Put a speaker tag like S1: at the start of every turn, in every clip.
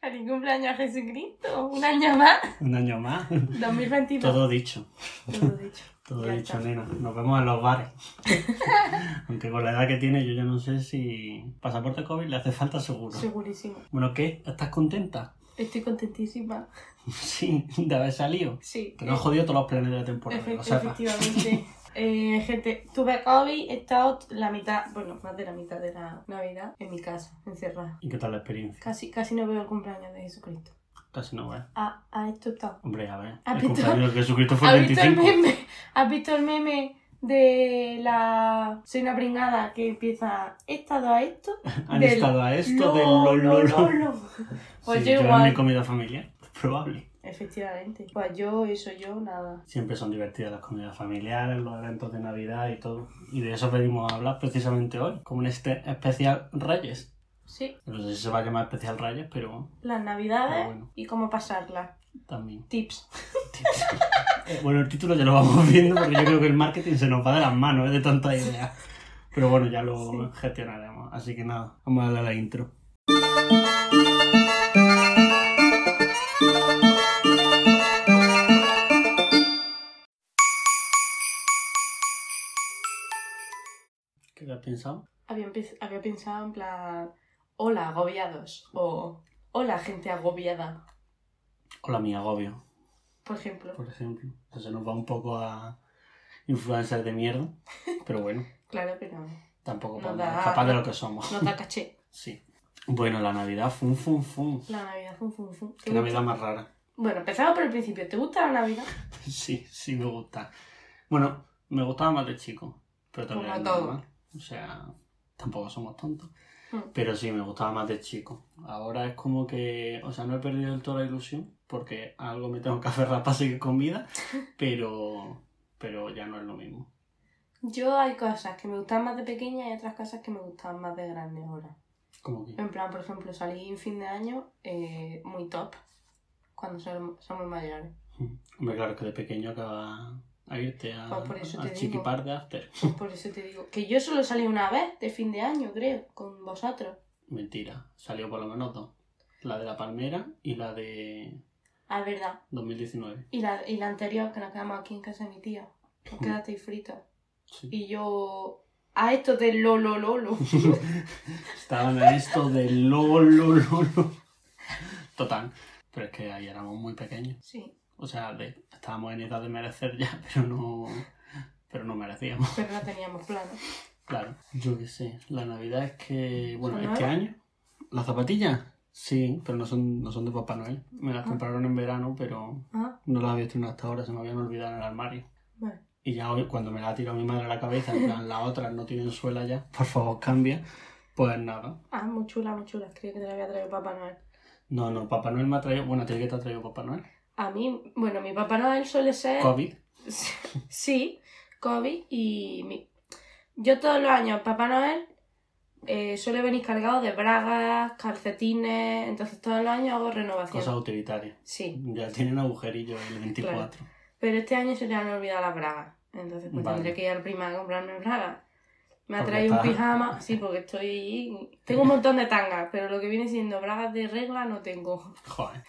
S1: Feliz cumpleaños a Jesucristo. Un año más.
S2: Un año más.
S1: 2022.
S2: Todo dicho.
S1: Todo dicho.
S2: Todo
S1: Ya
S2: dicho,
S1: está.
S2: nena. Nos vemos en los bares. Aunque con la edad que tiene, yo ya no sé si pasaporte COVID le hace falta seguro.
S1: Segurísimo.
S2: Bueno, ¿qué? ¿Estás contenta?
S1: Estoy contentísima.
S2: Sí, de haber salido.
S1: Sí.
S2: Te lo han jodido todos los planes de la temporada.
S1: Efe-
S2: lo sepas.
S1: efectivamente. Eh, gente, tuve COVID, he estado la mitad, bueno, más de la mitad de la Navidad en mi casa, encerrada.
S2: ¿Y qué tal la experiencia?
S1: Casi, casi no veo el cumpleaños de Jesucristo.
S2: Casi no, ¿eh?
S1: A, a esto he estado.
S2: Hombre, a ver.
S1: ¿Has
S2: El
S1: visto?
S2: cumpleaños de Jesucristo fue
S1: ¿Has
S2: el
S1: visto el
S2: 25.
S1: meme? ¿Has visto el meme de la soy una pringada que empieza he estado a esto?
S2: Han
S1: del
S2: estado a esto
S1: Lo,
S2: del lo, lo,
S1: lo,
S2: lo.
S1: lo. Pues
S2: Sí,
S1: yo
S2: yo en mi
S1: igual.
S2: comida familiar. Pues Probable.
S1: Efectivamente. Pues yo, eso, yo, nada.
S2: Siempre son divertidas las comidas familiares, los eventos de Navidad y todo. Y de eso venimos a hablar precisamente hoy, como en este especial Reyes.
S1: Sí,
S2: No sé si se va a llamar especial Reyes, pero
S1: las navidades
S2: Ah, bueno.
S1: y cómo pasarlas.
S2: también.
S1: Tips.
S2: Eh, bueno, el título ya lo vamos viendo porque yo creo que el marketing se nos va de las manos, es de tanta idea. Pero bueno, ya lo
S1: Sí.
S2: gestionaremos. Así que nada, vamos a darle a la intro. ¿Qué has pensado?
S1: Había, empe- había pensado en plan, hola agobiados o hola gente agobiada,
S2: Hola, mi agobio.
S1: por ejemplo.
S2: por ejemplo. Entonces nos va un poco a influencers de mierda, pero bueno,
S1: Claro que no.
S2: tampoco
S1: Nos
S2: podemos
S1: da-
S2: escapar de lo que somos.
S1: No te caché.
S2: Sí. Bueno, la Navidad, fun, fun, fun.
S1: La Navidad, fum, fum, fum. ¿Te
S2: Qué
S1: gusta?
S2: Navidad más rara.
S1: Bueno, empezamos por el principio. ¿Te gusta la Navidad?
S2: Sí, sí me gusta. Bueno, me gustaba más de chico, pero
S1: Como
S2: también es
S1: todo.
S2: normal. O sea, tampoco somos tontos.
S1: Mm.
S2: Pero sí, me gustaba más de chico. Ahora es como que, o sea, no he perdido del todo la ilusión, porque a algo me tengo que aferrar para seguir con vida, pero, pero ya no es lo mismo.
S1: Yo hay cosas que me gustaban más de pequeña y otras cosas que me gustaban más de grande ahora.
S2: Como que...
S1: En plan, por ejemplo, salí en fin de año eh, muy top cuando som- somos mayores.
S2: Hombre, claro que de pequeño acaba a irte a,
S1: Pues por eso
S2: al
S1: te digo.
S2: chiquipar de After.
S1: Pues por eso te digo que yo solo salí una vez de fin de año, creo, con vosotros.
S2: Mentira, salió por lo menos dos. La de la palmera y la de
S1: Ah, es verdad.
S2: 2019.
S1: Y la, y la anterior, que nos quedamos aquí en casa de mi tía. Nos
S2: Mm.
S1: quedasteis fritos.
S2: Sí.
S1: Y yo... A esto de lo, lo, lo, lo.
S2: Estaban a esto de LOL, LOL, LOL. Total. Pero es que ahí éramos muy pequeños.
S1: Sí,
S2: O sea, de- estábamos en edad de merecer ya, pero no, pero no merecíamos.
S1: pero no teníamos planes.
S2: Claro. Yo qué sé. La Navidad es que. Bueno,
S1: ¿Son
S2: este
S1: nuevas?
S2: año. ¿Las zapatillas? Sí, pero no son, no son de Papá Noel. Me las
S1: Ah.
S2: compraron en verano, pero
S1: Ah,
S2: No las había estrenado hasta ahora, se me habían olvidado en el armario.
S1: bueno.
S2: Y ya hoy, cuando me la ha tirado mi madre a la cabeza, en plan, las otras no tienen suela ya, por favor cambia. Pues nada.
S1: Ah, muy chula, muy chula. Creo que te la había traído Papá Noel.
S2: No, no, Papá Noel me ha traído. Bueno, ¿a ti qué te ha traído Papá Noel?
S1: A mí, bueno, mi Papá Noel suele ser...
S2: COVID.
S1: Sí, COVID y mi- yo todos los años Papá Noel eh, suele venir cargado de bragas, calcetines, entonces todos los años hago renovación.
S2: Cosas utilitarias.
S1: Sí,
S2: Ya tienen agujerillo el 24.
S1: pero este año se le han olvidado las bragas, entonces pues
S2: Vale.
S1: tendré que ir al prima a comprarme bragas. Me ha
S2: Porque
S1: traído un
S2: está-
S1: pijama, sí, porque estoy... Tengo un montón de tangas, pero lo que viene siendo bragas de regla no tengo.
S2: Joder.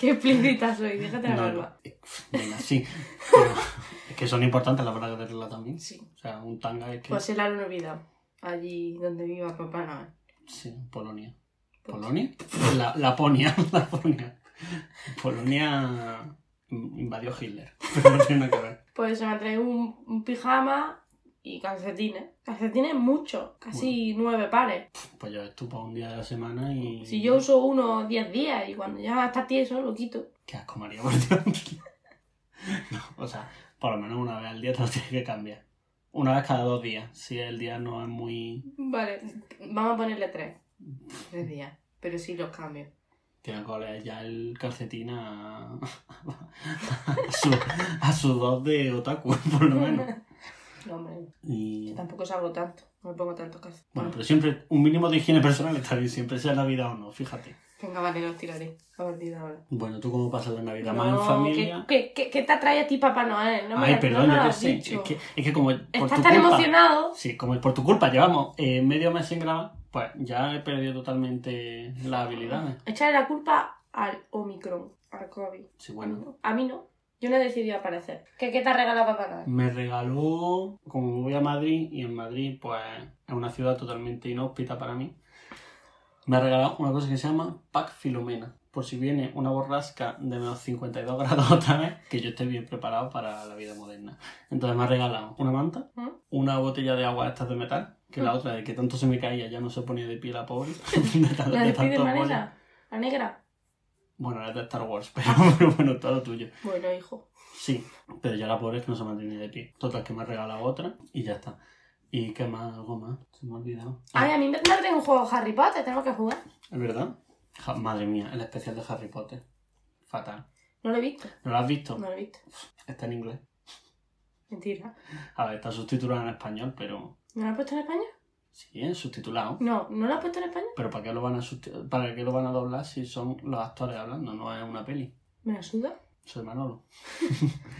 S1: Qué explícita soy, déjate la
S2: No,
S1: barba.
S2: no. Venga, sí. Pero es que son importantes las bragas de regla también.
S1: Sí,
S2: O sea, un tanga es que.
S1: pues se la han olvidado, allí donde viva Papá Noel.
S2: Pues
S1: Pues
S2: Sí, Polonia. ¿Polonia? La, Laponia, Laponia. Polonia invadió Hitler, pero no tiene nada que ver.
S1: Pues se me ha traído un, un pijama y calcetines. Calcetines mucho, casi nueve pares.
S2: Pues yo estupo un día de la semana y...
S1: Si yo uso uno diez días y cuando ya está tieso lo quito.
S2: Qué asco, María, por Dios. No, o sea, por lo menos una vez al día te lo tienes que cambiar. Una vez cada dos días, si el día no es muy...
S1: Vale, vamos a ponerle tres. Tres días. Pero sí los cambio.
S2: Tiene que oler ya el calcetín a... a, su, a su dos de otaku, por lo menos.
S1: No, hombre,
S2: Y...
S1: yo tampoco salgo tanto. No me pongo tantos calcetines.
S2: Bueno, pues pero siempre un mínimo de higiene personal está bien, siempre sea Navidad o no, fíjate.
S1: Venga, vale, los tiraré a partir de ahora.
S2: Bueno, ¿tú cómo pasas la Navidad? ¿Más en
S1: No,
S2: familia?
S1: ¿qué, qué, qué, qué te atrae a ti Papá Noel? No me,
S2: Ay,
S1: no
S2: perdón,
S1: me
S2: yo
S1: lo
S2: qué
S1: has
S2: sé. Es
S1: dicho.
S2: que, es que como por
S1: Estás
S2: tu
S1: tan
S2: culpa...
S1: emocionado.
S2: Sí, como por tu culpa llevamos eh, medio mes sin grabar, Pues ya he perdido totalmente las habilidades.
S1: Echarle la culpa al Omicron, al COVID.
S2: Sí, bueno.
S1: A mí no. Yo no he decidido aparecer. ¿Qué, qué te ha regalado Papá Noel?
S2: Me regaló, como voy a Madrid, y en Madrid, pues, es una ciudad totalmente inhóspita para mí, me ha regalado una cosa que se llama Pack Filomena. Por si viene una borrasca de menos 52 grados otra vez, que yo esté bien preparado para la vida moderna. Entonces me ha regalado una manta,
S1: ¿Mm?
S2: una botella de agua estas de metal, que la
S1: ¿Mm?
S2: otra de que tanto se me caía ya no se ponía de pie la pobre. de tan-
S1: ¿La
S2: de
S1: de
S2: tanto
S1: Spiderman
S2: apoyo.
S1: esa? ¿La negra?
S2: Bueno, era de Star Wars, pero, pero bueno, todo lo tuyo.
S1: Bueno, hijo.
S2: Sí, pero ya la pobre es que no se mantiene ni de pie. Total, que me ha regalado otra y ya está. ¿Y qué más? ¿Algo más? Se me ha olvidado. Ah,
S1: Ay, a mí me me trae un juego de Harry Potter, tengo que jugar.
S2: ¿Es verdad? Ja- madre mía, el especial de Harry Potter. Fatal.
S1: No lo he visto.
S2: ¿No lo has visto?
S1: No lo he visto.
S2: Está en inglés.
S1: Mentira.
S2: A ver, está subtitulado en español, pero...
S1: ¿No lo has puesto en España?
S2: Sí, es subtitulado.
S1: No, ¿no lo has puesto en España?
S2: Pero ¿para qué, lo van a subti- ¿para qué lo van a doblar si son los actores hablando? No es una peli.
S1: Me la suda.
S2: Soy Manolo.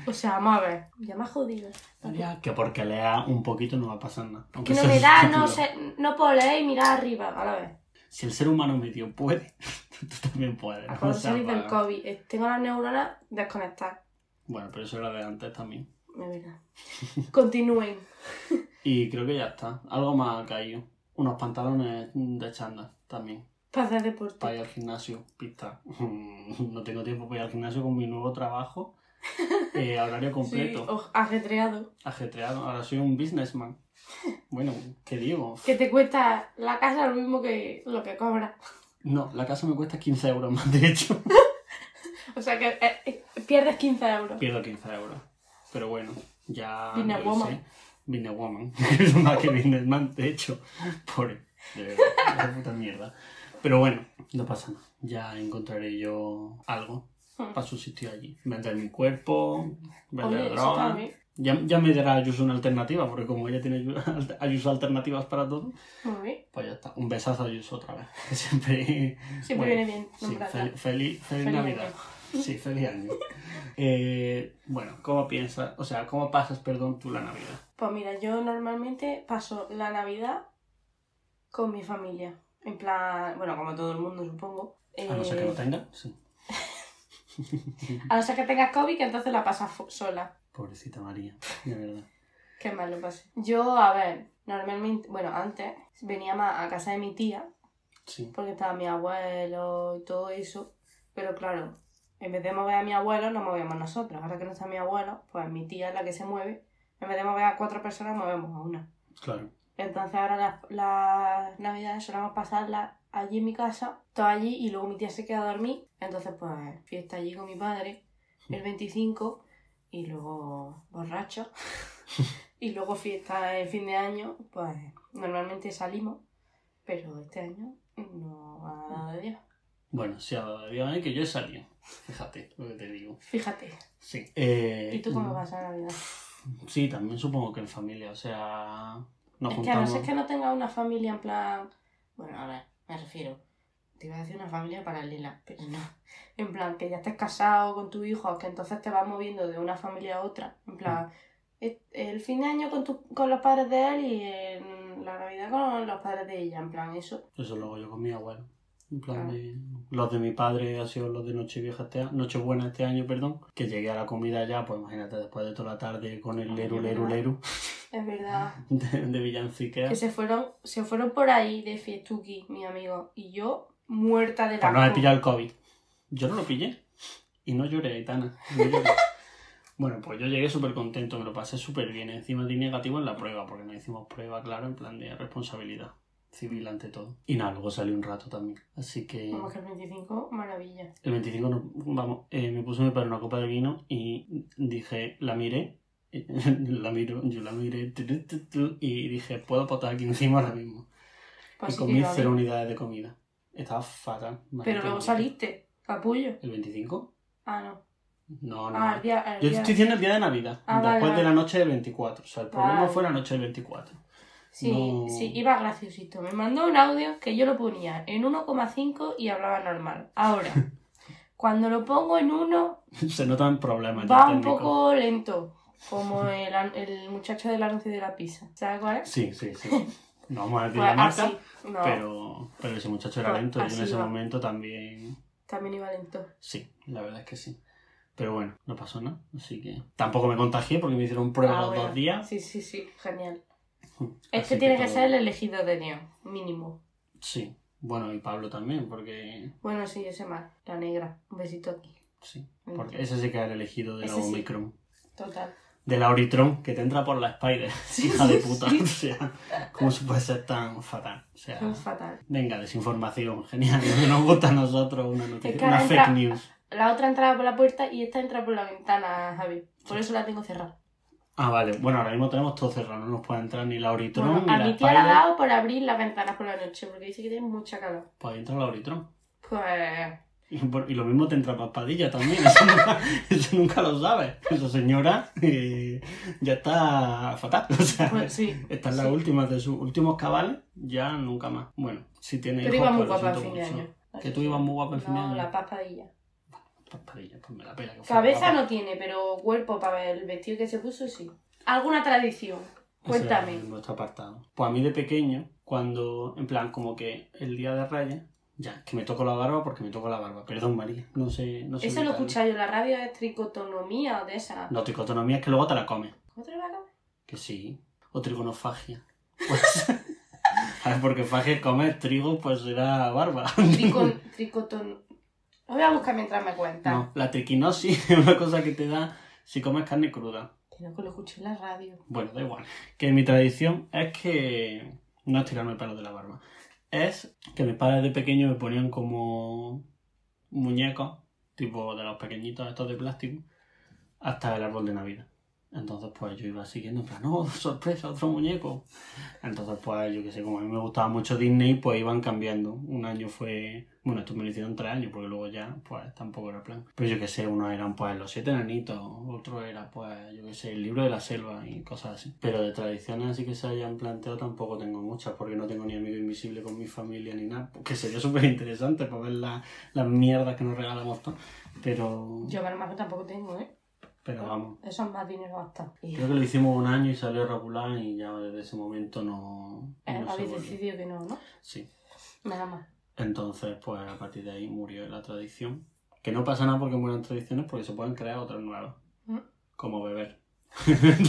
S1: O sea, vamos a ver. Ya me has jodido.
S2: Ya, Que porque lea un poquito no va a pasar nada. Aunque
S1: Que no
S2: sea
S1: me da,
S2: subtitulado.
S1: no sé, no puedo leer y mirar arriba a la vez.
S2: Si el ser humano medio puede, tú también puedes. ¿no? O
S1: Cuando
S2: sea,
S1: salí del
S2: para-
S1: COVID, eh, tengo las neuronas desconectadas.
S2: Bueno, pero eso era de antes también.
S1: De verdad. Continúen.
S2: Y creo que ya está. Algo más ha caído. Unos pantalones de chándal también.
S1: Para hacer deporte.
S2: Para ir al gimnasio, pista. No tengo tiempo para ir al gimnasio con mi nuevo trabajo. eh, a horario completo.
S1: Sí, o- ajetreado.
S2: Ajetreado. Ahora soy un businessman. Bueno, ¿qué digo?
S1: Que te cuesta la casa lo mismo que lo que cobras.
S2: No, la casa me cuesta 15 euros más, de hecho.
S1: O sea que eh, eh, pierdes 15 euros.
S2: Pierdo 15 euros. Pero bueno, ya.
S1: Been a
S2: yo qué
S1: woman.
S2: sé. Been a woman. es más que businessman, de hecho. Pobre. De verdad. la puta mierda. Pero bueno, no pasa nada. Ya encontraré yo algo
S1: Hmm.
S2: para subsistir allí. Vender mi cuerpo, vender
S1: Oye, eso
S2: droga.
S1: también.
S2: Ya, ya me dará Ayuso una alternativa, porque como ella tiene Ayu- Ayuso alternativas para todo,
S1: Muy bien.
S2: pues ya está. Un besazo a Ayuso otra vez. que Siempre.
S1: Siempre
S2: Bueno,
S1: viene bien
S2: Sí,
S1: nombrarla.
S2: fel- feliz, feliz,
S1: Feliz
S2: Navidad. Sí, feliz año. Eh, bueno, ¿cómo piensas? O sea, ¿cómo pasas, perdón, tú la Navidad?
S1: Pues mira, yo normalmente paso la Navidad con mi familia. En plan, bueno, como todo el mundo, supongo.
S2: A no ser que
S1: Eh,
S2: no tenga, sí.
S1: a no ser que tengas COVID, que entonces la pasas fu- sola.
S2: Pobrecita María, de verdad.
S1: Qué mal lo pasé. Yo, a ver, normalmente, bueno, antes venía más a casa de mi tía,
S2: Sí,
S1: porque estaba mi abuelo y todo eso. Pero claro, en vez de mover a mi abuelo, nos movemos nosotros. Ahora que no está mi abuelo, pues mi tía es la que se mueve. En vez de mover a cuatro personas, movemos a una.
S2: claro.
S1: Entonces ahora las, las navidades solemos pasarlas allí en mi casa, todo allí, y luego mi tía se queda a dormir. Entonces, pues, fiesta allí con mi padre el 25, y luego borracho, y luego fiesta el fin de año. Pues normalmente salimos, pero este año no ha dado de Dios.
S2: Bueno, sí, dígame que yo he salido. Fíjate lo que te digo.
S1: Fíjate,
S2: Sí. Eh,
S1: ¿y tú cómo
S2: mm,
S1: vas a Navidad?
S2: Sí, también supongo que en familia, o sea. Nos
S1: es que a no
S2: juntamos.
S1: ser que no tenga una familia en plan. Bueno, a ver, me refiero. Te iba a decir una familia paralela, pero no. En plan, que ya estés casado con tu hijo, que entonces te vas moviendo de una familia a otra. En plan, e- el fin de año con, tu- con los padres de él y en la Navidad con los padres de ella. En plan, eso.
S2: Eso lo hago yo con mi abuelo. En plan
S1: Ah.
S2: de- Los de mi padre han sido los de Nochevieja este año, Nochebuena este año, perdón. Que llegué a la comida ya, pues imagínate, después de toda la tarde con el leru leru leru
S1: Es verdad.
S2: de, de Villanciquea.
S1: Que se fueron, se fueron por ahí de fiestuki, mi amigo. Y yo, muerta de la
S2: Para pues no haber pillado el COVID. Yo no lo pillé. Y no lloré, Aitana. No lloré. bueno, pues yo llegué súper contento, me lo pasé súper bien. Encima di negativo en la prueba, porque no hicimos prueba, claro, en plan de responsabilidad civil ante todo. Y nada, luego salí un rato también. Así que...
S1: Como que el 25, maravilla.
S2: El 25, no- vamos, eh, me puse mi padre una copa de vino y dije, la miré, la miro, yo la miré, tu, tu, tu, tu, y dije, puedo potar aquí encima ahora mismo.
S1: Pues
S2: y
S1: sí que
S2: comí
S1: iba
S2: cero
S1: bien.
S2: unidades de comida. Estaba fatal.
S1: Pero
S2: maldita
S1: luego
S2: mierda.
S1: saliste, capullo.
S2: ¿El 25?
S1: Ah, no.
S2: No, no.
S1: Ah, el día. el
S2: yo te
S1: día-
S2: estoy diciendo el día de Navidad,
S1: Ah, vale,
S2: después de
S1: vale.
S2: la noche del 24. O sea, el problema
S1: Vale.
S2: fue la noche del 24.
S1: Sí,
S2: no-
S1: sí, iba graciosito. Me mandó un audio que yo lo ponía en 1,5 y hablaba normal. Ahora, cuando lo pongo en 1,
S2: Se notan problemas ya
S1: va un
S2: técnicos.
S1: poco lento. Como el, an- el muchacho del anuncio de la pizza. ¿Sabes cuál es?
S2: Sí, sí, sí. No vamos a decir
S1: Pues
S2: la marca,
S1: así. No,
S2: pero, pero ese muchacho era
S1: Pues
S2: lento y yo en
S1: así
S2: ese
S1: va.
S2: momento también
S1: también iba lento.
S2: Sí, la verdad es que sí. Pero bueno, no pasó nada, así que tampoco me contagié porque me hicieron pruebas
S1: Ah,
S2: los
S1: bueno.
S2: dos días.
S1: Sí, sí, sí, genial.
S2: Así
S1: Este tiene que
S2: todo-
S1: ser el elegido de Neo, mínimo.
S2: Sí, bueno, y Pablo también, porque
S1: Bueno, sí, ese más, la negra. Un besito aquí.
S2: sí, porque ese sí que es el elegido de la
S1: Ese sí.
S2: Omicron.
S1: Total.
S2: De la Oritron, que te entra por la Spider,
S1: Sí,
S2: hija de
S1: sí,
S2: puta.
S1: sí.
S2: O sea, ¿cómo se puede ser tan fatal? O sea,
S1: Es fatal.
S2: venga, desinformación, genial, lo que nos gusta a nosotros una noticia,
S1: Es que
S2: una
S1: ahora
S2: fake
S1: entra-
S2: news.
S1: La otra entraba por la puerta y esta entra por la ventana, Javi. Por eso la tengo cerrada.
S2: Ah, vale, bueno, ahora mismo tenemos todo cerrado, no nos puede entrar ni la Oritron
S1: Bueno,
S2: ni
S1: a
S2: la
S1: mi tía la ha
S2: Spider.
S1: dado por abrir las ventanas por la noche, porque dice que tiene mucha calor.
S2: Pues ahí entra la Oritron.
S1: Pues.
S2: Y, por- y lo mismo te entra papadilla también, eso nunca, eso nunca lo sabes. Esa señora eh, ya está fatal. O sea,
S1: pues sí.
S2: está en las
S1: sí.
S2: últimas de sus últimos cabales, ya nunca más. Bueno, si tiene
S1: Pero
S2: hijos,
S1: iba muy
S2: pues lo
S1: guapa en fin
S2: siento
S1: de
S2: mucho.
S1: año.
S2: Que tú ibas muy guapa en fin de
S1: No,
S2: año.
S1: la papadilla.
S2: Papadilla, pues me la pela. que fuera
S1: Cabeza
S2: guapa.
S1: no tiene, pero cuerpo para ver el vestido que se puso, sí. ¿Alguna tradición?
S2: Ese era
S1: Cuéntame.
S2: nuestro apartado. Pues a mí de pequeño, cuando, en plan, como que el día de Reyes, ya, que me toco la barba porque me toco la barba. Perdón, María, no sé. No sé
S1: Eso lo he
S2: evitarlo.
S1: escuchado yo en la radio, es tricotonomía o de esa.
S2: No, tricotonomía es que luego te la comes.
S1: ¿Cómo te lo vas a comer?
S2: Que sí. O trigonofagia. Pues, a ver, porque fagia es comer trigo, pues será barba.
S1: Tricon- tricoton... Lo voy a buscar mientras me cuentas.
S2: No, la triquinosis es una cosa que te da si comes carne cruda.
S1: Que no que lo escuché en la radio.
S2: Bueno, da igual. Que mi tradición es que no es tirarme el pelo de la barba. Es que mis padres de pequeño me ponían como muñecos, tipo de los pequeñitos estos de plástico, hasta el árbol de Navidad. Entonces, pues yo iba siguiendo, en plan, no, sorpresa, otro muñeco. Entonces, pues yo qué sé, como a mí me gustaba mucho Disney, pues iban cambiando. Un año fue, bueno, esto me lo hicieron tres años, porque luego ya, pues tampoco era plan. Pero yo qué sé, unos eran pues los siete enanitos, otro era pues, yo qué sé, el libro de la selva y cosas así. Pero de tradiciones así que se hayan planteado tampoco tengo muchas, porque no tengo ni amigo invisible con mi familia ni nada, que sería súper interesante para ver la- las mierdas que nos regalamos todos. Pero,
S1: Yo para más tampoco tengo, ¿eh?
S2: pero vamos.
S1: Eso es más dinero gastado. Y
S2: Creo que lo hicimos un año y salió regular y ya desde ese momento no,
S1: eh,
S2: no se
S1: habéis
S2: volvió.
S1: decidido que no, ¿no?
S2: Sí.
S1: Nada más.
S2: Entonces, pues a partir de ahí murió la tradición. Que no pasa nada porque mueran tradiciones porque se pueden crear otras nuevas.
S1: Mm.
S2: Como beber.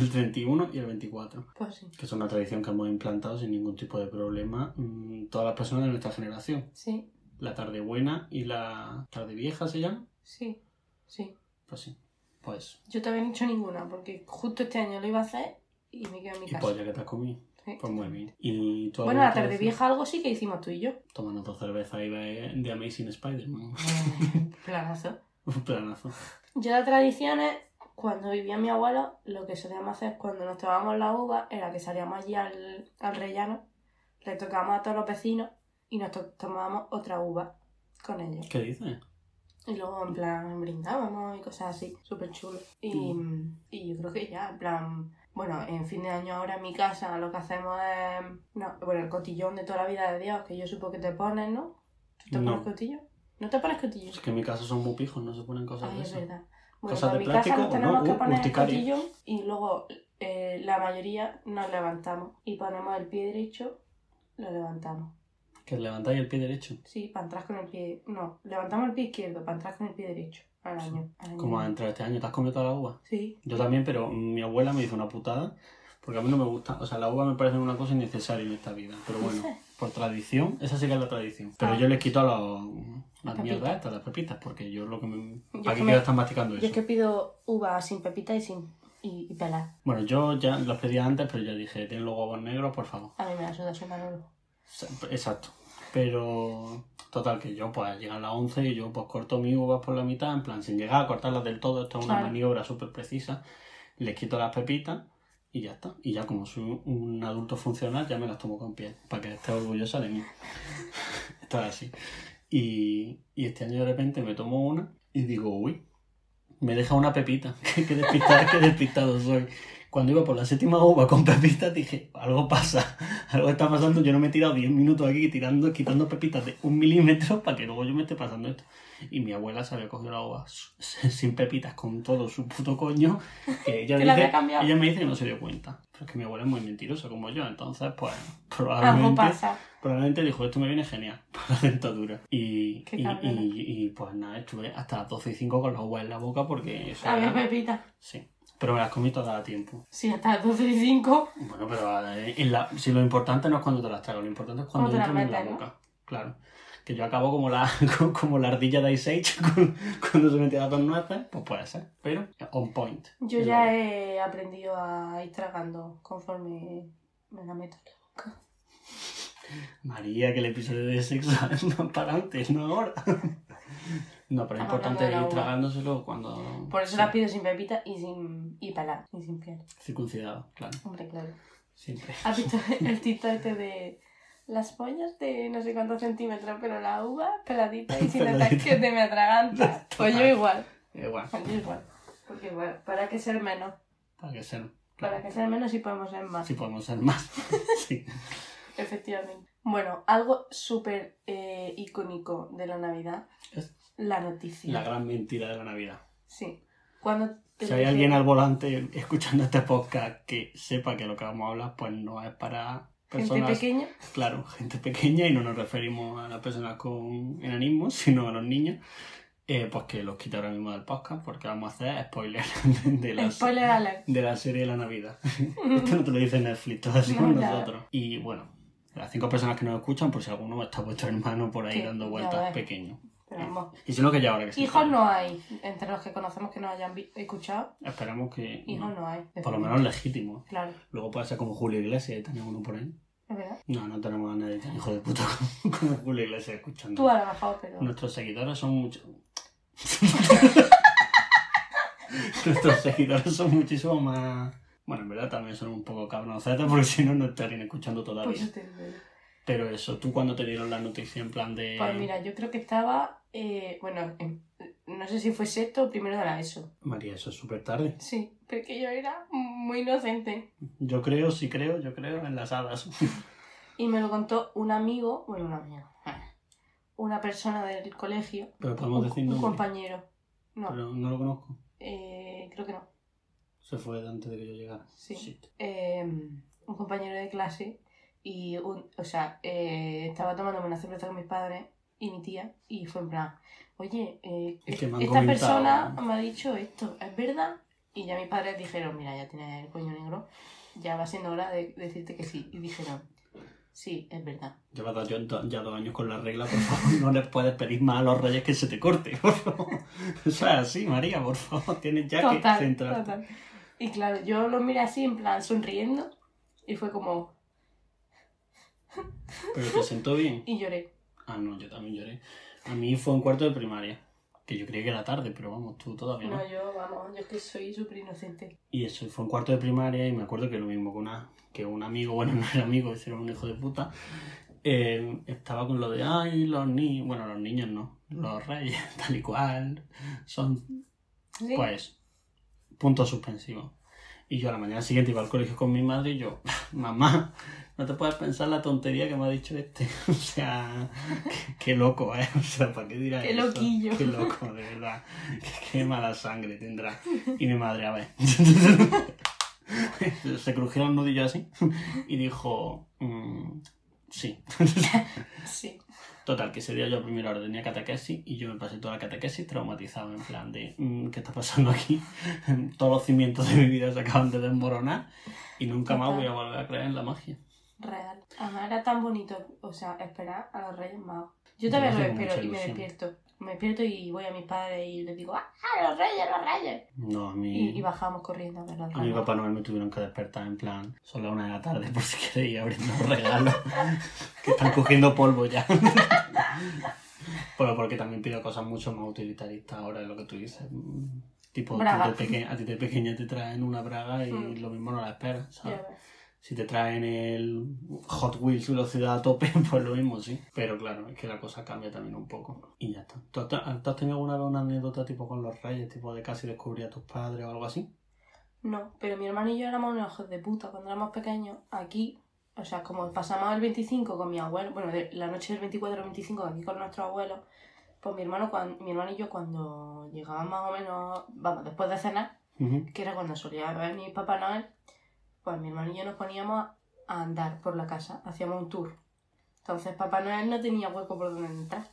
S2: el 31 y el 24.
S1: Pues sí.
S2: Que es una tradición que hemos implantado sin ningún tipo de problema mm, todas las personas de nuestra generación.
S1: Sí,
S2: La tarde buena y la tarde vieja se llama.
S1: sí, sí.
S2: Pues sí. Pues.
S1: Yo todavía no he hecho ninguna, porque justo este año lo iba a hacer y me quedo en mi
S2: Y
S1: casa.
S2: pues ya que te has comido.
S1: Sí.
S2: Pues muy bien. Pues, ¿Y tú
S1: Bueno,
S2: alguna
S1: la tarde
S2: tradición?
S1: vieja algo sí que hicimos tú y yo.
S2: tomando dos cervezas y ve The Amazing Spider-Man.
S1: Planazo.
S2: Un planazo.
S1: Yo la tradición es, cuando vivía mi abuelo, lo que solíamos hacer cuando nos tomábamos la uva era que salíamos allí al, al rellano, le tocábamos a todos los vecinos y nos to- tomábamos otra uva con ellos.
S2: ¿Qué dices?
S1: Y luego, en plan, brindábamos y cosas así, súper chulo. Y, y yo creo que ya, en plan, bueno, en fin de año ahora en mi casa lo que hacemos es, no, bueno, el cotillón de toda la vida de Dios, que yo supo que te pones, ¿no? ¿Tú te
S2: No.
S1: pones cotillo? ¿No te pones cotillo?
S2: Es que en mi casa son muy pijos, no se ponen cosas
S1: Ay,
S2: de
S1: es
S2: esas.
S1: verdad. Bueno,
S2: Cosas
S1: pues en
S2: de
S1: mi casa
S2: plástico
S1: nos
S2: o no,
S1: tenemos que
S2: u-
S1: poner el
S2: urticaria.
S1: cotillón y luego eh, la mayoría nos levantamos y ponemos el pie derecho, lo levantamos.
S2: Que levantáis el pie derecho.
S1: Sí, para atrás con el pie. No, levantamos el pie izquierdo, para atrás con el pie derecho. Al año. al año.
S2: Como has entrado este año, ¿te has comido toda la uva?
S1: Sí,
S2: Yo también, pero mi abuela me hizo una putada. Porque a mí no me gusta. O sea, la uva me parece una cosa innecesaria en esta vida. Pero bueno, por tradición, esa sí que es la tradición. Pero
S1: Ah.
S2: yo les quito los, las
S1: Las
S2: mierdas
S1: pepitas.
S2: estas, las pepitas, porque yo lo que me.
S1: Yo
S2: ¿Para
S1: es
S2: qué
S1: que
S2: quiero
S1: me-
S2: estar masticando eso?
S1: yo es que pido uva sin pepita y sin y, y pelar.
S2: Bueno, yo ya los pedía antes, pero ya dije, tienen los huevos negros, por favor.
S1: A mí me la suda, soy Manolo.
S2: Exacto. Pero total que yo pues llega a las 11 y yo pues corto mis uvas por la mitad, en plan sin llegar a cortarlas del todo, esto es una
S1: Claro.
S2: maniobra súper precisa, les quito las pepitas y ya está. Y ya como soy un- un adulto funcional ya me las tomo con piel, para que esté orgullosa de mí. Está así. Y, y este año de repente me tomo una y digo, uy, me deja una pepita, qué despistado, qué despistado soy. Cuando iba por la séptima uva con pepitas, dije, algo pasa, algo está pasando. Yo no me he tirado 10 minutos aquí tirando, quitando pepitas de un milímetro para que luego yo me esté pasando esto. Y mi abuela se había cogido la uva s- sin pepitas con todo su puto coño. Que ella,
S1: Que la
S2: dice,
S1: había cambiado.
S2: ella me dice que no se dio cuenta. Pero es que mi abuela es muy mentirosa como yo, entonces, pues,
S1: Algo
S2: probablemente.
S1: pasa.
S2: Probablemente dijo, esto me viene genial para la dentadura. Y,
S1: Qué
S2: y,
S1: cabrona.
S2: y- y, pues nada, estuve hasta las 12 y 5 con las uvas en la boca porque... eso
S1: Había
S2: era-
S1: pepita.
S2: Sí, pero me las comí todas a tiempo.
S1: Sí, hasta las 12 y 5.
S2: Bueno, pero eh, en la- si lo importante no es cuando te las trago, lo importante es cuando
S1: Cuando te las
S2: entran en la
S1: metes, ¿no?
S2: boca. Claro. Que yo acabo como la, como la ardilla de Ice Age con- cuando se metía las dos nueces, pues puede ser. Pero on point.
S1: Yo
S2: Es
S1: ya
S2: lo-
S1: he aprendido a ir tragando conforme me la meto.
S2: María, que el episodio de sexo no para antes, no ahora. No, pero es
S1: Estamos hablando
S2: importante
S1: de la
S2: ir
S1: uva.
S2: tragándoselo cuando...
S1: Por eso
S2: sí.
S1: la pido sin pepita y sin y pelada y sin piel.
S2: Circuncidado, claro,
S1: Hombre, claro.
S2: siempre.
S1: ¿Has visto el TikTok este de las pollas de no sé cuántos centímetros, pero la uva peladita y sin
S2: Peladita.
S1: ataque de me atraganta? Pues yo igual.
S2: Igual,
S1: Yo igual. Porque bueno, ¿para qué ser menos?
S2: para que ser.
S1: Para que ser menos y podemos ser más.
S2: Si podemos ser más. sí.
S1: Efectivamente. Bueno, algo súper eh, icónico de la Navidad.
S2: Es-
S1: La noticia.
S2: La gran mentira de la Navidad.
S1: Sí. Cuando te
S2: Si hay
S1: dicen-
S2: alguien al volante escuchando este podcast que sepa que lo que vamos a hablar, pues no es para
S1: gente
S2: personas.
S1: pequeña,
S2: Claro, gente pequeña y no nos referimos a las personas con enanismo, sino a los niños. eh, pues que los quita ahora mismo del podcast porque vamos a hacer spoiler de la,
S1: spoiler alert.
S2: de la serie de la Navidad. Esto no te lo dice Netflix, todo así
S1: No,
S2: con
S1: claro.
S2: nosotros. Y bueno, las cinco personas que nos escuchan, por si alguno está vuestro hermano por ahí
S1: Que
S2: dando
S1: ya
S2: vueltas
S1: ves.
S2: pequeño.
S1: Pero vamos,
S2: Y si no, que ya ahora que se
S1: hijos
S2: jodan.
S1: no hay. Entre los que conocemos que nos hayan vi- escuchado,
S2: Esperamos que.
S1: hijos no hay.
S2: Por lo menos legítimo.
S1: Claro,
S2: Luego puede ser como Julio Iglesias, ¿eh? uno por ahí.
S1: es verdad.
S2: No, no tenemos a nadie tan hijo de puta como Julio Iglesias escuchando.
S1: Tú a lo mejor, pero.
S2: Nuestros seguidores son muchos. Nuestros seguidores son muchísimo más. Bueno, en verdad también son un poco cabroncetas porque si no, no estarían escuchando todavía.
S1: Pues, yo te digo.
S2: Pero eso, tú cuando te dieron la noticia en plan de.
S1: Pues mira, yo creo que estaba. eh, bueno, en- no sé si fue sexto o primero de la ESO.
S2: María, eso es súper tarde.
S1: Sí, porque yo era muy inocente.
S2: Yo creo, sí creo, yo creo en las hadas.
S1: Y me lo contó un amigo, bueno, un amigo, una persona del colegio,
S2: Pero podemos
S1: un,
S2: decir
S1: un
S2: nombre.
S1: compañero. No,
S2: Pero no lo conozco.
S1: eh, creo que no.
S2: Se fue antes de que yo llegara.
S1: Sí.
S2: Shit.
S1: Eh, un compañero de clase y, un, o sea, eh, estaba tomándome una cerveza con mis padres y mi tía y fue en plan, oye, eh,
S2: Es que me han
S1: esta
S2: comentado.
S1: persona me ha dicho esto, ¿es verdad? Y ya mis padres dijeron, mira, ya tienes el coño negro, ya va siendo hora de decirte que sí. Y dijeron, sí, es verdad.
S2: Llevas dos- yo do- ya dos años con la regla, por favor, no les puedes pedir más a los reyes que se te corte, por favor. O sea, sí, María, por favor, tienes ya que
S1: Total,
S2: centrarte.
S1: total. Y claro, yo lo miré así, en plan, sonriendo, y fue como,
S2: Pero te sentó bien.
S1: y lloré.
S2: Ah, no, yo también lloré. A mí fue un cuarto de primaria, que yo creía que era tarde, pero vamos, tú todavía no.
S1: No, yo, vamos, yo es que soy súper inocente.
S2: Y eso, fue en cuarto de primaria y me acuerdo que lo mismo que, una, que un amigo, bueno, no era amigo, ese era un hijo de puta, eh, estaba con lo de, ay, los niños, bueno, los niños no, los reyes, tal y cual, son,
S1: Sí,
S2: pues, puntos suspensivos. Y yo a la mañana siguiente iba al colegio con mi madre y yo, mamá, no te puedes pensar la tontería que me ha dicho este. O sea, qué, qué loco, ¿eh? O sea, ¿para qué dirás
S1: Qué
S2: eso?
S1: loquillo.
S2: Qué loco, de verdad. Qué, qué mala sangre tendrá. Y mi madre, a ver. Se crujieron los nudillos así y dijo, "Mm, sí.
S1: sí.
S2: Total, que ese día yo a primera hora tenía catequesis y yo me pasé toda la catequesis traumatizado, en plan de, "Mm, ¿qué está pasando aquí? Todos los cimientos de mi vida se acaban de desmoronar y nunca más voy a volver a creer en la magia.
S1: Real. Además era tan bonito, o sea, esperar a los Reyes Magos. Yo
S2: Yo
S1: también
S2: lo
S1: lo
S2: hago con
S1: espero
S2: mucha
S1: y me
S2: ilusión.
S1: despierto. Me despierto y voy a mis padres y les digo, ¡ah, los Reyes, los Reyes!
S2: No, a mí...
S1: Y, y bajamos corriendo a ver los
S2: A mi
S1: Reyes.
S2: papá Noel me tuvieron que despertar en plan, son las una de la tarde por si queréis ir abriendo regalos, que están cogiendo polvo ya. Pero porque también pido cosas mucho más utilitaristas ahora, es lo que tú dices. Mm, Tipo, tú
S1: Braga.
S2: de peque- a ti de pequeña te traen una braga y
S1: Mm.
S2: lo mismo no la esperas, ¿sabes?
S1: Ya ves.
S2: Si te traen el Hot Wheels velocidad a tope, pues lo mismo, sí. Pero claro, es que la cosa cambia también un poco. Y ya está. ¿Tú has, tú has tenido alguna vez una anécdota tipo con los reyes, tipo de casi descubrir a tus padres o algo así?
S1: No, pero mi hermano y yo éramos unos hijos de puta cuando éramos pequeños. Aquí, o sea, como pasamos el 25 con mi abuelo, bueno, de la noche del 24 al 25 aquí con nuestros abuelos, pues mi hermano, cuan- mi hermano y yo cuando llegaban más o menos, vamos, después de cenar,
S2: Ujú.
S1: que era cuando solía venir Papá Noel, pues mi hermano y yo nos poníamos a andar por la casa, hacíamos un tour. Entonces Papá Noel no tenía hueco por donde entrar.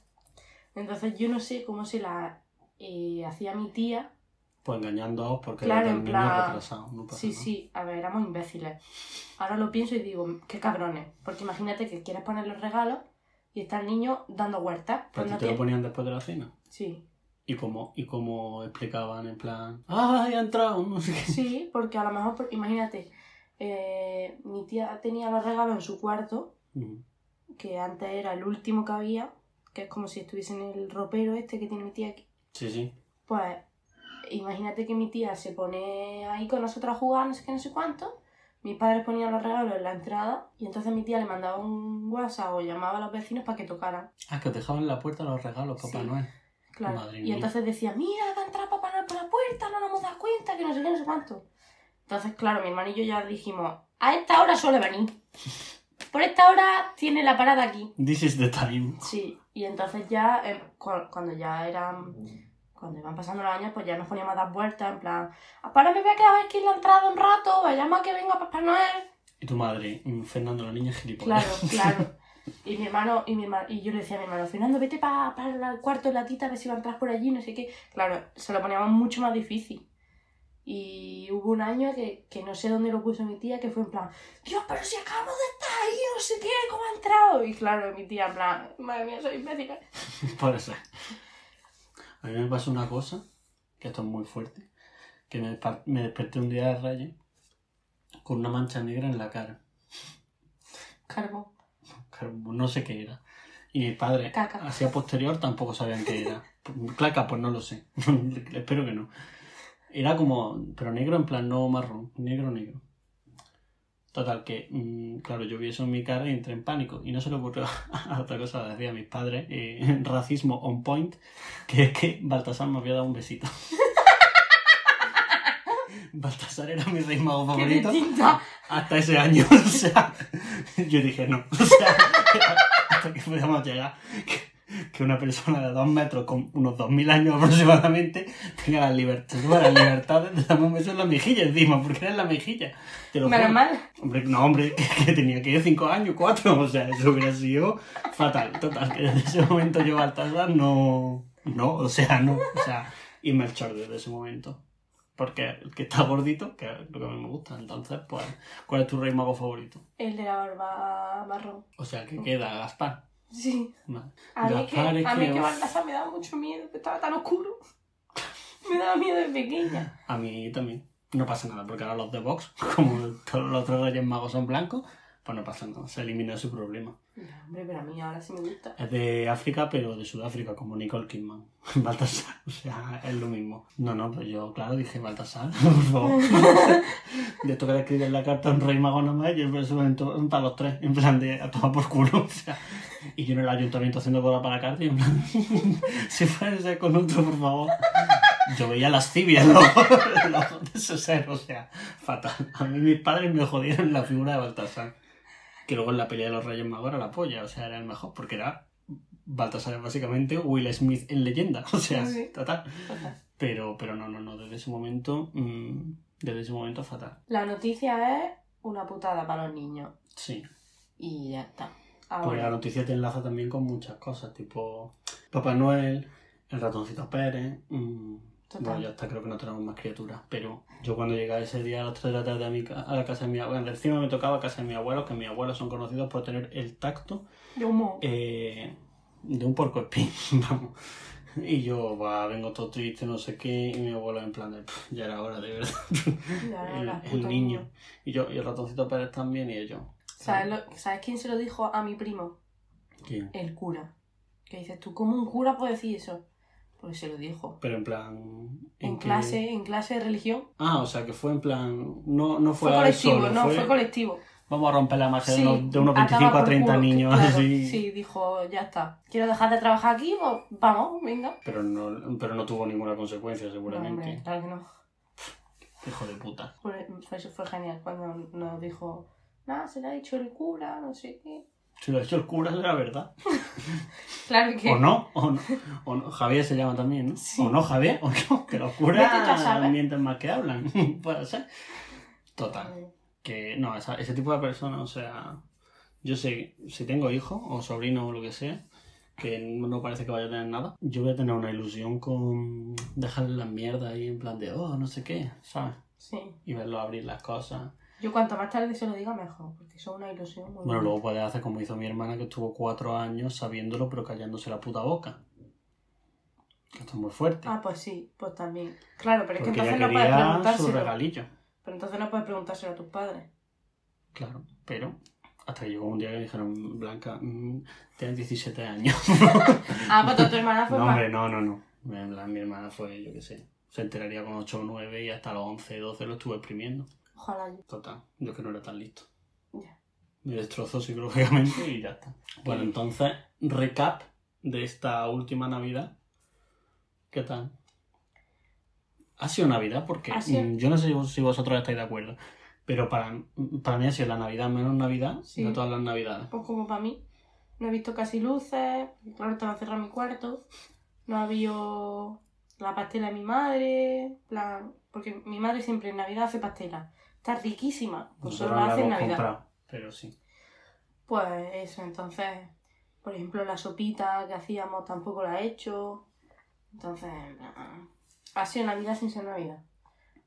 S1: Entonces yo no sé cómo se la eh, hacía mi tía
S2: Pues engañándoos porque
S1: Claro,
S2: eran
S1: en
S2: niños
S1: plan-
S2: retrasados, no pasa
S1: Sí,
S2: nada.
S1: sí, a ver, éramos imbéciles. Ahora lo pienso y digo, qué cabrones. Porque imagínate que quieres poner los regalos y está el niño dando huertas. Pues
S2: Pero a ti
S1: no
S2: te lo
S1: tiene...
S2: ponían después de la cena.
S1: Sí,
S2: Y como, y como explicaban en plan, ¡ah, ya ha entrado! No sé qué.
S1: sí, porque a lo mejor, por- imagínate, eh, mi tía tenía los regalos en su cuarto,
S2: Ujú.
S1: que antes era el último que había, que es como si estuviese en el ropero este que tiene mi tía aquí.
S2: Sí, sí.
S1: Pues imagínate que mi tía se pone ahí con nosotros a jugar, no sé qué, no sé cuánto. Mis padres ponían los regalos en la entrada y entonces mi tía le mandaba un WhatsApp o llamaba a los vecinos para que tocaran.
S2: Ah, que os dejaban en la puerta los regalos, Papá
S1: Sí.
S2: Noel.
S1: Claro.
S2: Madre
S1: y
S2: mía.
S1: entonces decía, mira, va a entrar Papá Noel por la puerta, no nos hemos dado cuenta, que no sé qué, no sé cuánto. Entonces, claro, mi hermano y yo ya dijimos, a esta hora suele venir. Por esta hora tiene la parada aquí.
S2: This is the time.
S1: Sí, y entonces ya, eh, cu- cuando ya eran, cuando iban pasando los años, pues ya nos poníamos a dar vueltas, en plan, para me voy a quedar aquí en la entrada un rato, vayamos a que venga Papá Noel.
S2: Y tu madre, mm, Fernando, la niña es gilipollas.
S1: Claro, claro. Y mi hermano, y mi herma- y yo le decía a mi hermano, Fernando, vete para el cuarto de la tita, a ver si va a entrar por allí, no sé qué. Claro, se lo poníamos mucho más difícil. Y hubo un año que, que no sé dónde lo puso mi tía, que fue en plan, Dios, pero si acabamos de estar ahí, no sé qué, ¿cómo ha entrado? Y claro, mi tía en plan, madre mía, soy imbécil. ¿eh?".
S2: Puede ser. A mí me pasó una cosa, que esto es muy fuerte, que me, despar- me desperté un día de rayos con una mancha negra en la cara.
S1: Carbón.
S2: Claro, No sé qué era. Y mi padre,
S1: Caca.
S2: hacia posterior, tampoco sabían qué era. Claca, pues no lo sé. Espero que no. Era como, pero negro en plan no marrón, negro, negro. Total, que, mm, claro, yo vi eso en mi cara y entré en pánico. Y no se le ocurrió a otra cosa, decía a mis padres, eh, racismo on point, que es que Baltasar me había dado un besito. Baltasar era mi rey mago
S1: ¡Qué
S2: favorito
S1: distinta!
S2: hasta ese año. O sea, yo dije no. O sea, hasta que podíamos llegar que, que una persona de dos metros con unos dos mil años aproximadamente tenga la libertad, tuviera la libertad de darme un beso en la mejilla encima, porque era en la mejilla. Te lo
S1: Menos
S2: juro.
S1: mal.
S2: Hombre, no, hombre, que, que tenía que ir cinco años, cuatro, o sea, eso hubiera sido fatal. Total, que desde ese momento yo Baltasar no, no, o sea, no, o sea, y Melchor desde ese momento. Porque el que está gordito, que es lo que a mí me gusta, entonces, pues, ¿cuál es tu rey mago favorito?
S1: El de la barba marrón.
S2: O sea, que queda Gaspar.
S1: Sí.
S2: Vale.
S1: A mí que,
S2: Gaspar es
S1: a mí
S2: que,
S1: que
S2: uf,
S1: Baltasar me daba mucho miedo, que estaba tan oscuro. Me daba miedo de pequeña.
S2: a mí también. No pasa nada, porque ahora los de Vox, como todos los otros reyes magos son blancos, pues no pasa nada, se elimina ese problema.
S1: No, hombre, pero a mí ahora sí me gusta.
S2: Es de África, pero de Sudáfrica, como Nicole Kidman. Baltasar, o sea, es lo mismo. No, no, pues yo, claro, dije Baltasar, por favor. de esto que escribir en la carta a un rey mago nada más, yo por eso en to- para los tres, en plan de a tomar por culo, o sea. Y yo en el ayuntamiento haciendo bola para la carta y en plan, si fuera ese con otro, por favor. Yo veía las tibias, los ojos de ese ser, o sea, fatal. A mí mis padres me jodieron la figura de Baltasar que luego en la pelea de los Reyes Magos era la polla, o sea, era el mejor, porque era Baltasar es básicamente Will Smith en leyenda, o sea,
S1: Sí.
S2: total. Pero, pero no, no, no, desde ese momento, mm, desde ese momento fatal.
S1: La noticia es una putada para los niños.
S2: Sí,
S1: Y Pues ya está.
S2: porque Pues la
S1: Ahora.
S2: noticia te enlaza también con muchas cosas, tipo Papá Noel, el ratoncito Pérez, mm,
S1: Total.
S2: bueno, ya está, creo que no tenemos más criaturas, pero yo cuando llegaba ese día a las 3 de la tarde a, mi ca- a la casa de mi abuelo, encima me tocaba a casa de mi abuelo, que mis abuelos son conocidos por tener el tacto
S1: De humo.
S2: eh, de un porco espín, vamos. Y yo, va, vengo todo triste, no sé qué, y mi abuela en plan de, "Pff, ya era hora, de verdad.
S1: Ya era
S2: el,
S1: la
S2: el
S1: puta
S2: niño.
S1: niño.
S2: Y yo, y el ratoncito Pérez también, y ellos.
S1: ¿Sabes, lo- ¿Sabes quién se lo dijo a mi primo?
S2: ¿Quién?
S1: El cura. Que dices tú, ¿cómo un cura puede decir eso? Pues se lo dijo.
S2: Pero en plan...
S1: En,
S2: qué?
S1: clase, en clase de religión.
S2: Ah, o sea, que fue en plan... No, no fue,
S1: Fue
S2: al
S1: colectivo,
S2: solo,
S1: no,
S2: fue-
S1: fue colectivo.
S2: Vamos a romper la magia de
S1: Sí,
S2: unos- de unos
S1: ataba
S2: 25 a
S1: por
S2: 30
S1: culo, que-
S2: niños,
S1: claro,
S2: así.
S1: Sí, dijo, ya está. Quiero dejar de trabajar aquí, pues vamos, venga.
S2: Pero, no, pero no tuvo ninguna consecuencia,
S1: No,
S2: seguramente.
S1: hombre, claro que no.
S2: Hijo de puta.
S1: Fue, fue, fue genial cuando nos dijo, nada, se lo ha dicho el cura, no sé qué.
S2: Si lo ha hecho el cura, será verdad.
S1: Claro que...
S2: O no, o no, o no. Javier se llama también, ¿no?
S1: Sí.
S2: O no, Javier, o no, que los
S1: Vete tú a
S2: curas
S1: saber.
S2: mienten más que hablan. Puede ser. Total.
S1: Eh,
S2: Que no, esa- ese tipo de personas, o sea, yo sé, si tengo hijos o sobrino o lo que sea, que no no parece que vaya a tener nada, yo voy a tener una ilusión con dejarle la mierda ahí en plan de, oh, no sé qué, ¿sabes?
S1: Sí.
S2: Y verlo abrir las cosas.
S1: Yo cuanto más tarde se lo diga, mejor, porque eso es una ilusión muy
S2: Bueno,
S1: grande.
S2: luego puedes hacer como hizo mi hermana, que estuvo cuatro años sabiéndolo, pero callándose la puta boca. Que esto es muy fuerte.
S1: Ah, pues sí, pues también. Claro, pero es que
S2: porque ella
S1: entonces no puedes
S2: quería su
S1: preguntárselo.
S2: regalillo.
S1: Pero entonces no puedes preguntárselo a tus padres.
S2: Claro, pero hasta que llegó un día que dijeron, Blanca, mm, tienes 17 años.
S1: Ah, pues todo tu hermana fue
S2: no,
S1: más.
S2: hombre, no, no, no. En plan, mi hermana fue, yo qué sé, se enteraría con 8 o 9 y hasta los 11, 12 lo estuve exprimiendo.
S1: Ojalá yo.
S2: Total, yo es que no era tan listo.
S1: Ya.
S2: Me destrozó psicológicamente y ya está. Bueno, entonces, recap de esta última Navidad. ¿Qué tal? Ha sido Navidad porque
S1: Ha sido-
S2: mm, yo no sé si vos- si vosotros estáis de acuerdo, pero para, para mí ha sido la Navidad menos Navidad
S1: Sí.
S2: de todas las Navidades.
S1: Pues como para mí. No he visto casi luces, claro, estaba cerrado mi cuarto. No había la pastela de mi madre. la- Porque mi madre siempre en Navidad hace pastela. Está riquísima. Pues solo
S2: Nosotros
S1: la
S2: la
S1: hace en
S2: hemos
S1: Navidad.
S2: comprado, pero sí.
S1: Pues eso, entonces, por ejemplo, la sopita que hacíamos tampoco la he hecho. Entonces, en plan, ha sido Navidad sin ser Navidad.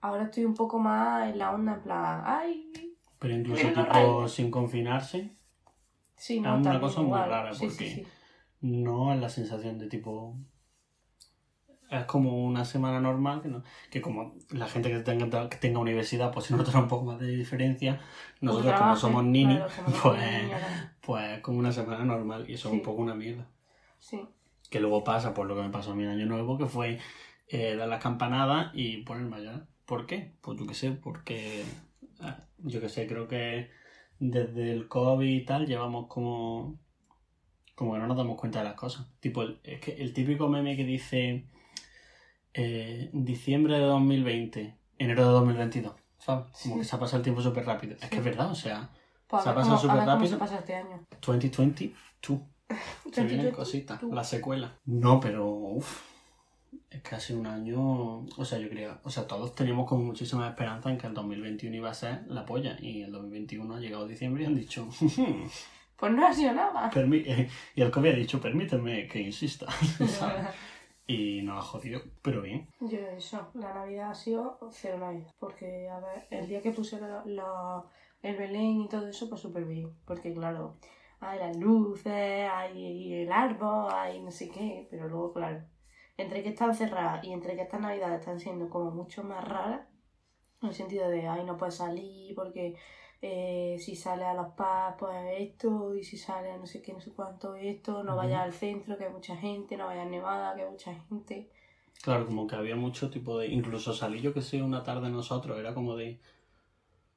S1: Ahora estoy un poco más en la onda, en plan, ay,
S2: Pero incluso
S1: Pero no
S2: tipo
S1: raya.
S2: sin confinarse,
S1: sí,
S2: Es
S1: no,
S2: una
S1: también
S2: cosa muy
S1: igual.
S2: rara,
S1: Sí,
S2: porque-
S1: sí, sí.
S2: no es la sensación de tipo... Es como una semana normal, que, no- que como la gente que tenga, que tenga universidad, pues se nota un poco más de diferencia. Nosotros
S1: Un
S2: como
S1: trabajo,
S2: somos nini,
S1: Pues claro, somos
S2: pues,
S1: niños, ahora.
S2: pues es como una semana normal y eso es
S1: Sí.
S2: un poco una mierda.
S1: Sí,
S2: Que luego pasa por lo que me pasó a mí en Año Nuevo, que fue eh, dar las campanadas y ponerme allá. ¿Por qué? Pues yo qué sé, porque ah, yo qué sé, creo que desde el COVID y tal llevamos como como que no nos damos cuenta de las cosas. Tipo, el, es que el típico meme que dice eh, diciembre de 2020, enero de 2022, ¿sabes? Como
S1: Sí.
S2: que se ha pasado el tiempo súper rápido. Es que es
S1: Sí.
S2: verdad, o sea,
S1: pues
S2: Se
S1: a
S2: ha
S1: ver
S2: pasado
S1: cómo-
S2: súper
S1: a ver cómo
S2: rápido.
S1: se pasa este año.
S2: 2022. Se vienen
S1: Tú-
S2: cositas,
S1: tú-
S2: la secuela. No, pero uff, es que hace un año, o sea, yo creía, o sea, todos teníamos con muchísima esperanza en que el 2021 iba a ser la polla y el 2021 ha llegado diciembre y han dicho,
S1: Pues no ha sido nada.
S2: "Permi- eh", y el COVID ha dicho, permíteme que insista, ¿sabes? Y nos ha jodido, pero bien.
S1: Yo eso, la Navidad ha sido cero Navidad, porque a ver, el día que puse la- la- el Belén y todo eso, pues súper bien, porque claro, hay las luces, hay el árbol, hay no sé qué, pero luego claro, entre que están cerradas y entre que estas Navidades están siendo como mucho más raras, en el sentido de, ay, no puedes salir porque eh, si sale a los pubs, pues esto, y si sale a no sé qué, no sé cuánto, esto, no
S2: Ujú.
S1: vayas al centro, que hay mucha gente, no vayas a Nevada, que hay mucha gente.
S2: Claro, como que había mucho tipo de, incluso salí yo que sé una tarde nosotros, era como de,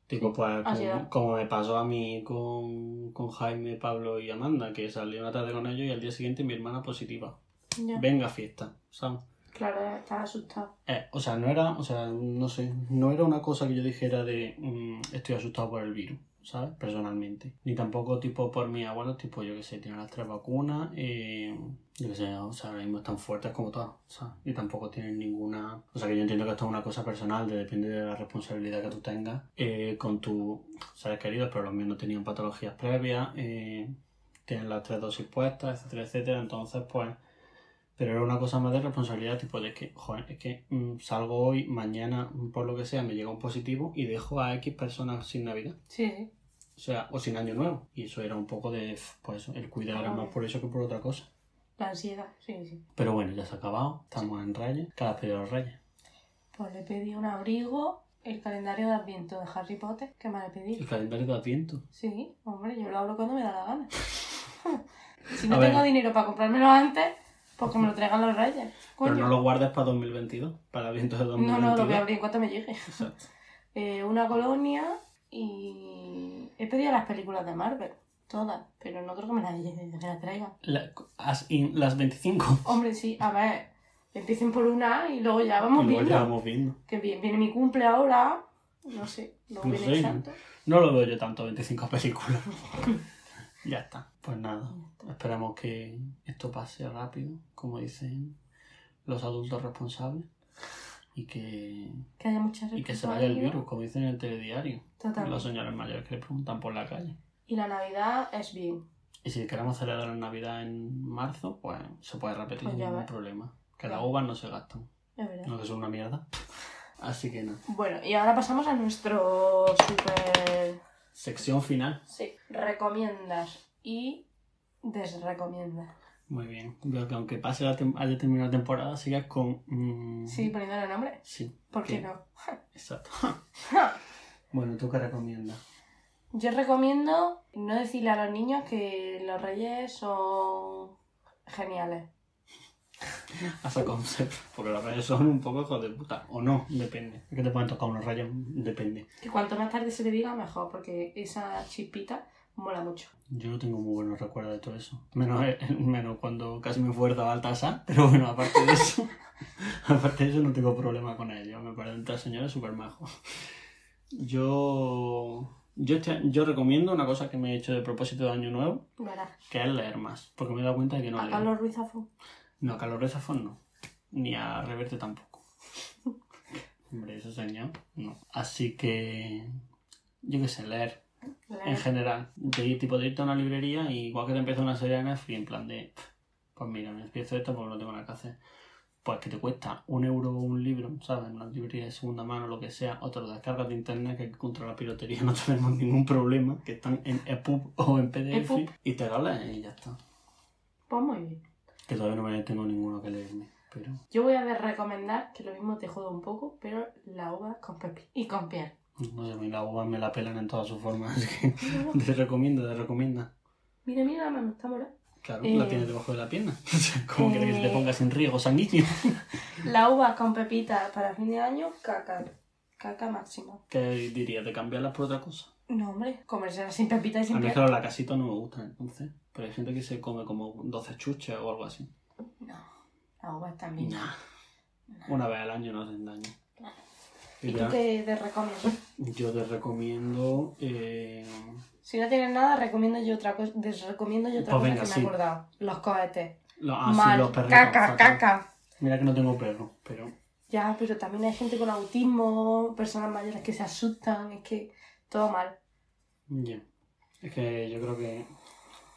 S2: tipo,
S1: Ah, Sí,
S2: pues,
S1: así
S2: como,
S1: era.
S2: como me pasó a mí con, con Jaime, Pablo y Amanda, que salí una tarde con ellos y al día siguiente mi hermana positiva.
S1: Ya.
S2: venga fiesta, ¿sabes?
S1: Claro, estaba asustado.
S2: Eh, o sea, no era, o sea, no sé, no era una cosa que yo dijera de mm, estoy asustado por el virus, ¿sabes? Personalmente. Ni tampoco tipo por mi abuelo, tipo yo que sé, tienen las tres vacunas, eh, yo que sé, o sea, ahora mismo están fuertes como todas, ¿sabes? Y tampoco tienen ninguna, o sea, que yo entiendo que esto es una cosa personal, de- depende de la responsabilidad que tú tengas eh, con tus seres queridos, pero los míos no tenían patologías previas, eh, tienen las tres dosis puestas, etcétera, etcétera, entonces pues... Pero era una cosa más de responsabilidad, tipo de que, joder, es que mm, salgo hoy, mañana, mm, por lo que sea, me llega un positivo y dejo a X personas sin Navidad.
S1: Sí, sí.
S2: O sea, o sin Año Nuevo. Y eso era un poco de, pues eso, el cuidar era más por eso que por otra cosa.
S1: La ansiedad, sí, sí.
S2: Pero bueno, ya se ha acabado, estamos en Reyes, cada pedido de los Reyes.
S1: Pues le pedí un abrigo, el calendario de Adviento de Harry Potter, que me le pedí.
S2: El calendario de Adviento.
S1: Sí, hombre, yo lo abro cuando me da la gana. si no
S2: A ver.
S1: tengo dinero para comprármelo antes, pues que me lo traigan los reyes.
S2: Pero
S1: Coño.
S2: no lo guardes para 2022, para Adviento de
S1: no,
S2: 2022.
S1: no, lo voy a abrir en cuanto me llegue.
S2: Exacto.
S1: Eh, una colonia y he pedido las películas de Marvel, todas, pero no creo que me las, me las traigan.
S2: La- as in, las 25.
S1: Hombre, sí, a ver, Empiecen por una y luego ya vamos
S2: Y luego
S1: viendo.
S2: ya vamos viendo.
S1: Que vi- viene mi cumple ahora, no sé, luego
S2: No
S1: viene
S2: sé,
S1: el
S2: ¿no?
S1: santo.
S2: No lo veo yo tanto, 25 películas. ya está. Pues nada. Esperamos que esto pase rápido, como dicen los adultos responsables. Y que,
S1: Que haya muchas
S2: y que se vaya el
S1: responsabilidades.
S2: virus, como dicen en el telediario.
S1: Totalmente.
S2: Los señores mayores que le preguntan por la calle.
S1: Y la Navidad es bien.
S2: Y si queremos celebrar la Navidad en marzo, pues se puede repetir
S1: Pues
S2: sin
S1: ya
S2: ningún
S1: ves.
S2: problema. Que las
S1: Claro.
S2: uvas no se gastan.
S1: Es verdad.
S2: No que son una mierda. Así que nada.
S1: Bueno, y ahora pasamos a nuestro super...
S2: Sección final.
S1: Sí. Recomiendas y desrecomiendas.
S2: Muy bien. Veo que aunque pase la tem- haya terminado la temporada, sigas con. mm,
S1: Sí, poniéndole nombre.
S2: Sí,
S1: ¿Por qué
S2: Sí.
S1: no?
S2: exacto. bueno, ¿tú qué recomiendas?
S1: Yo recomiendo no decirle a los niños que los reyes son geniales.
S2: Hasta concepto. Porque los rayos son un poco hijos de puta. O no, depende. Es que te pueden tocar unos rayos, depende.
S1: Que cuanto más tarde se le diga, mejor, porque esa chispita mola mucho.
S2: Yo no tengo muy buenos recuerdos de todo eso. Menos, eh, menos cuando casi me fuerza al tasa. Pero bueno, aparte de eso. aparte de eso, no tengo problema con ellos. Me parecen tres señores súper majos. Yo. Yo, este- yo recomiendo una cosa que me he hecho de propósito de año nuevo,
S1: Verás.
S2: que es leer más, porque me he dado cuenta de que no
S1: a
S2: leo.
S1: Carlos Ruiz Zafón.
S2: No, a Carlos Rezafón no. Ni a Reverte tampoco. Hombre, ese señor, no. Así que. Yo qué sé, leer en general. De ir, tipo de irte a una librería y igual que te empieza una serie de Netflix, en plan de. "Pf, Pues mira, me empiezo esto porque no tengo nada que hacer. Pues que te cuesta un euro un libro, ¿sabes? En Una librería de segunda mano, lo que sea, o te lo descargas de internet, que contra la piratería no tenemos ningún problema, que están en E EPUB o en PDF,
S1: EPUB.
S2: y te lo lees y ya está.
S1: Pues muy bien.
S2: Que todavía no me tengo ninguno que leerme, pero.
S1: Yo voy a recomendar, que lo mismo te jodo un poco, pero la uva con pepí y con piel.
S2: Pues No sé, a mí la uva me la pelan en todas sus formas, así que te recomiendo, te recomienda.
S1: Mira, mira, la mano está morada.
S2: Claro,
S1: Eh,
S2: la tienes debajo de la pierna. O sea, ¿Cómo
S1: eh,
S2: quieres que te pongas en riego sanguíneo?
S1: La uva con pepita para fin de año, caca. Caca máxima.
S2: ¿Qué dirías? ¿De cambiarlas por otra cosa?
S1: No, hombre, comerse sin pepita y
S2: A
S1: sin
S2: mí,
S1: piel.
S2: claro, la casita no me gusta, entonces. Pero hay gente que se come como 12 chuches o algo así.
S1: No, la uva
S2: Y
S1: también.
S2: nada. Una vez al año no hacen daño.
S1: ¿Y
S2: Y
S1: tú
S2: ya,
S1: qué te recomiendas?
S2: yo te recomiendo. eh,
S1: Si no tienes nada, recomiendo yo otra cosa. Les recomiendo yo otra
S2: Pues
S1: cosa
S2: venga,
S1: que me
S2: sí.
S1: he acordado. Los cohetes.
S2: los, ah, sí,
S1: Mal.
S2: los perritos,
S1: caca,
S2: fatal.
S1: caca.
S2: Mira que no tengo perro, pero.
S1: Ya, pero también hay gente con autismo, personas mayores que se asustan, es que todo mal.
S2: Ya. Es que yo creo que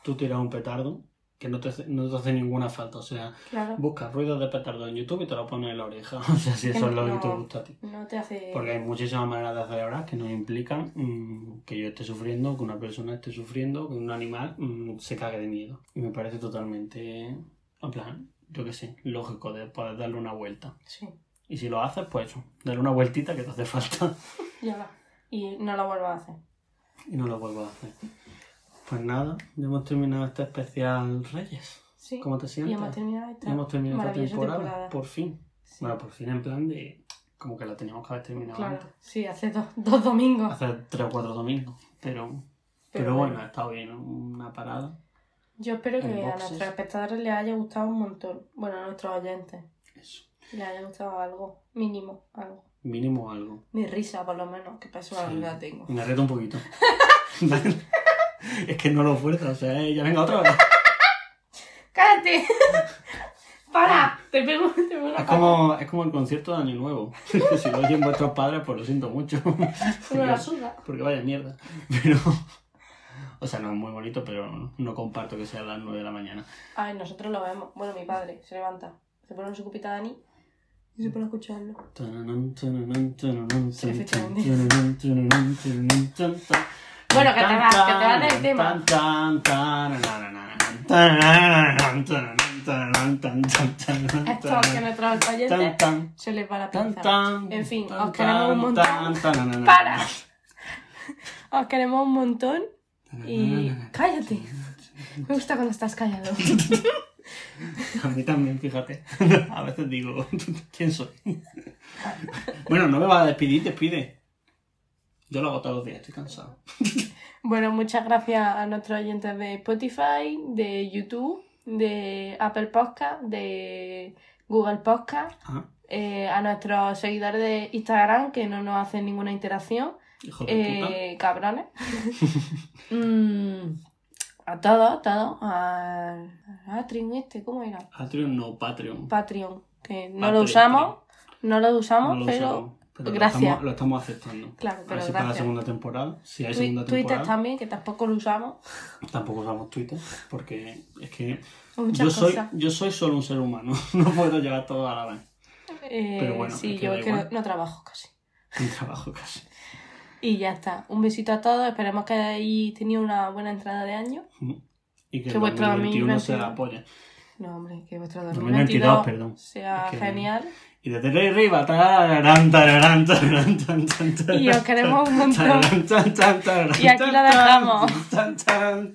S2: tú tiras un petardo que no te, hace- no te hace ninguna falta. O sea,
S1: Claro.
S2: busca ruidos de petardo en YouTube y te lo pones en la oreja. O sea, si eso es lo que te gusta a ti.
S1: No te hace.
S2: Porque hay muchísimas maneras de celebrar que no implican mm, que yo esté sufriendo, que una persona esté sufriendo, que un animal mm, se cague de miedo. Y me parece totalmente, en plan, yo qué sé, lógico de poder darle una vuelta.
S1: Sí,
S2: Y si lo haces, pues eso, darle una vueltita que te hace falta.
S1: ya va. Y no lo vuelvo a hacer.
S2: Y no lo vuelvo a hacer. Pues nada, ya hemos terminado este especial Reyes.
S1: Sí.
S2: ¿Cómo te
S1: Y
S2: sientes?
S1: hemos terminado esta
S2: Ya hemos terminado esta
S1: maravillosa
S2: temporada,
S1: temporada.
S2: por fin.
S1: Sí.
S2: Bueno, pues, por fin en plan de... Como que la teníamos que haber terminado antes.
S1: Claro, sí, hace dos, dos domingos.
S2: Hace tres o cuatro domingos, pero... Pero, bueno, ha estado bien, una parada.
S1: Yo espero que a
S2: Inboxes.
S1: nuestros espectadores les haya gustado un montón. Bueno, a nuestros oyentes
S2: Eso.
S1: les haya gustado algo, mínimo, algo.
S2: Mínimo algo.
S1: Mi risa, por lo menos, que para eso
S2: Sí. Mm.
S1: la tengo.
S2: Me reto un poquito. es que no lo fuerza, o sea, eh, ya venga otra vez.
S1: ¡Cállate!
S2: Ah.
S1: ¡Para! Te pego, te pego una
S2: Es como, es como el concierto de Año Nuevo. si lo oyen vuestros padres, pues lo siento mucho.
S1: pata. Una la suda.
S2: Porque vaya mierda. Pero. O sea, no es muy bonito, pero no comparto que sea a las 9 de la mañana.
S1: Ay, nosotros lo vemos. Bueno, mi padre se levanta, se pone en su copita Dani y se pone a escucharlo.
S2: Bueno,
S1: Bueno, que te vas, que te vas del tema. Esto que nuestros oyentes se les va la pinza. en fin, os queremos un montón. ¡Para! Os queremos un montón y... ¡Cállate! Me gusta cuando estás callado.
S2: A mí también, fíjate. A veces digo, ¿quién soy? Bueno, no me vas a despedir, despide. Yo lo hago todos los días, estoy cansado.
S1: Bueno, muchas gracias a nuestros oyentes de Spotify, de YouTube, de Apple Podcast, de Google Podcast,
S2: Ah,
S1: eh, a nuestros seguidores de Instagram que no nos hacen ninguna interacción,
S2: hijo de puta.
S1: eh, cabrones. Mm, a todos, todos, al Patreon este, ¿cómo era?
S2: Patreon no, Patreon.
S1: Patreon, que no lo
S2: Patreon.
S1: usamos, no lo usamos,
S2: No lo
S1: pero
S2: usamos, pero lo
S1: gracias.
S2: estamos- Lo estamos aceptando.
S1: claro,
S2: A
S1: pero
S2: ver si para la
S1: gracias.
S2: segunda temporada, si hay
S1: Twi-
S2: segunda
S1: Twitter
S2: temporada,
S1: también, que tampoco lo usamos.
S2: tampoco usamos Twitter, porque es que
S1: Muchas
S2: yo soy,
S1: cosas.
S2: yo soy solo un ser humano, no puedo llevar todo a la vez.
S1: Eh,
S2: pero bueno,
S1: sí,
S2: es que
S1: yo
S2: da
S1: es que no,
S2: igual.
S1: no trabajo casi.
S2: Un trabajo casi.
S1: Y ya está. Un besito a todos. Esperemos que hayáis tenido una buena entrada de año.
S2: Y que
S1: Que
S2: el
S1: vuestro
S2: 2021 sea
S1: 2022.
S2: la polla.
S1: No, hombre, que vuestro
S2: 2022,
S1: 2022
S2: perdón.
S1: sea
S2: Es que-
S1: genial.
S2: Y desde arriba, tararán, tararán, tararán, tan, tan, tan,
S1: Y os queremos un montón.
S2: tararán, tan, tan, tararán,
S1: Y aquí lo
S2: tan, tan,
S1: dejamos.
S2: tan, tan, tan.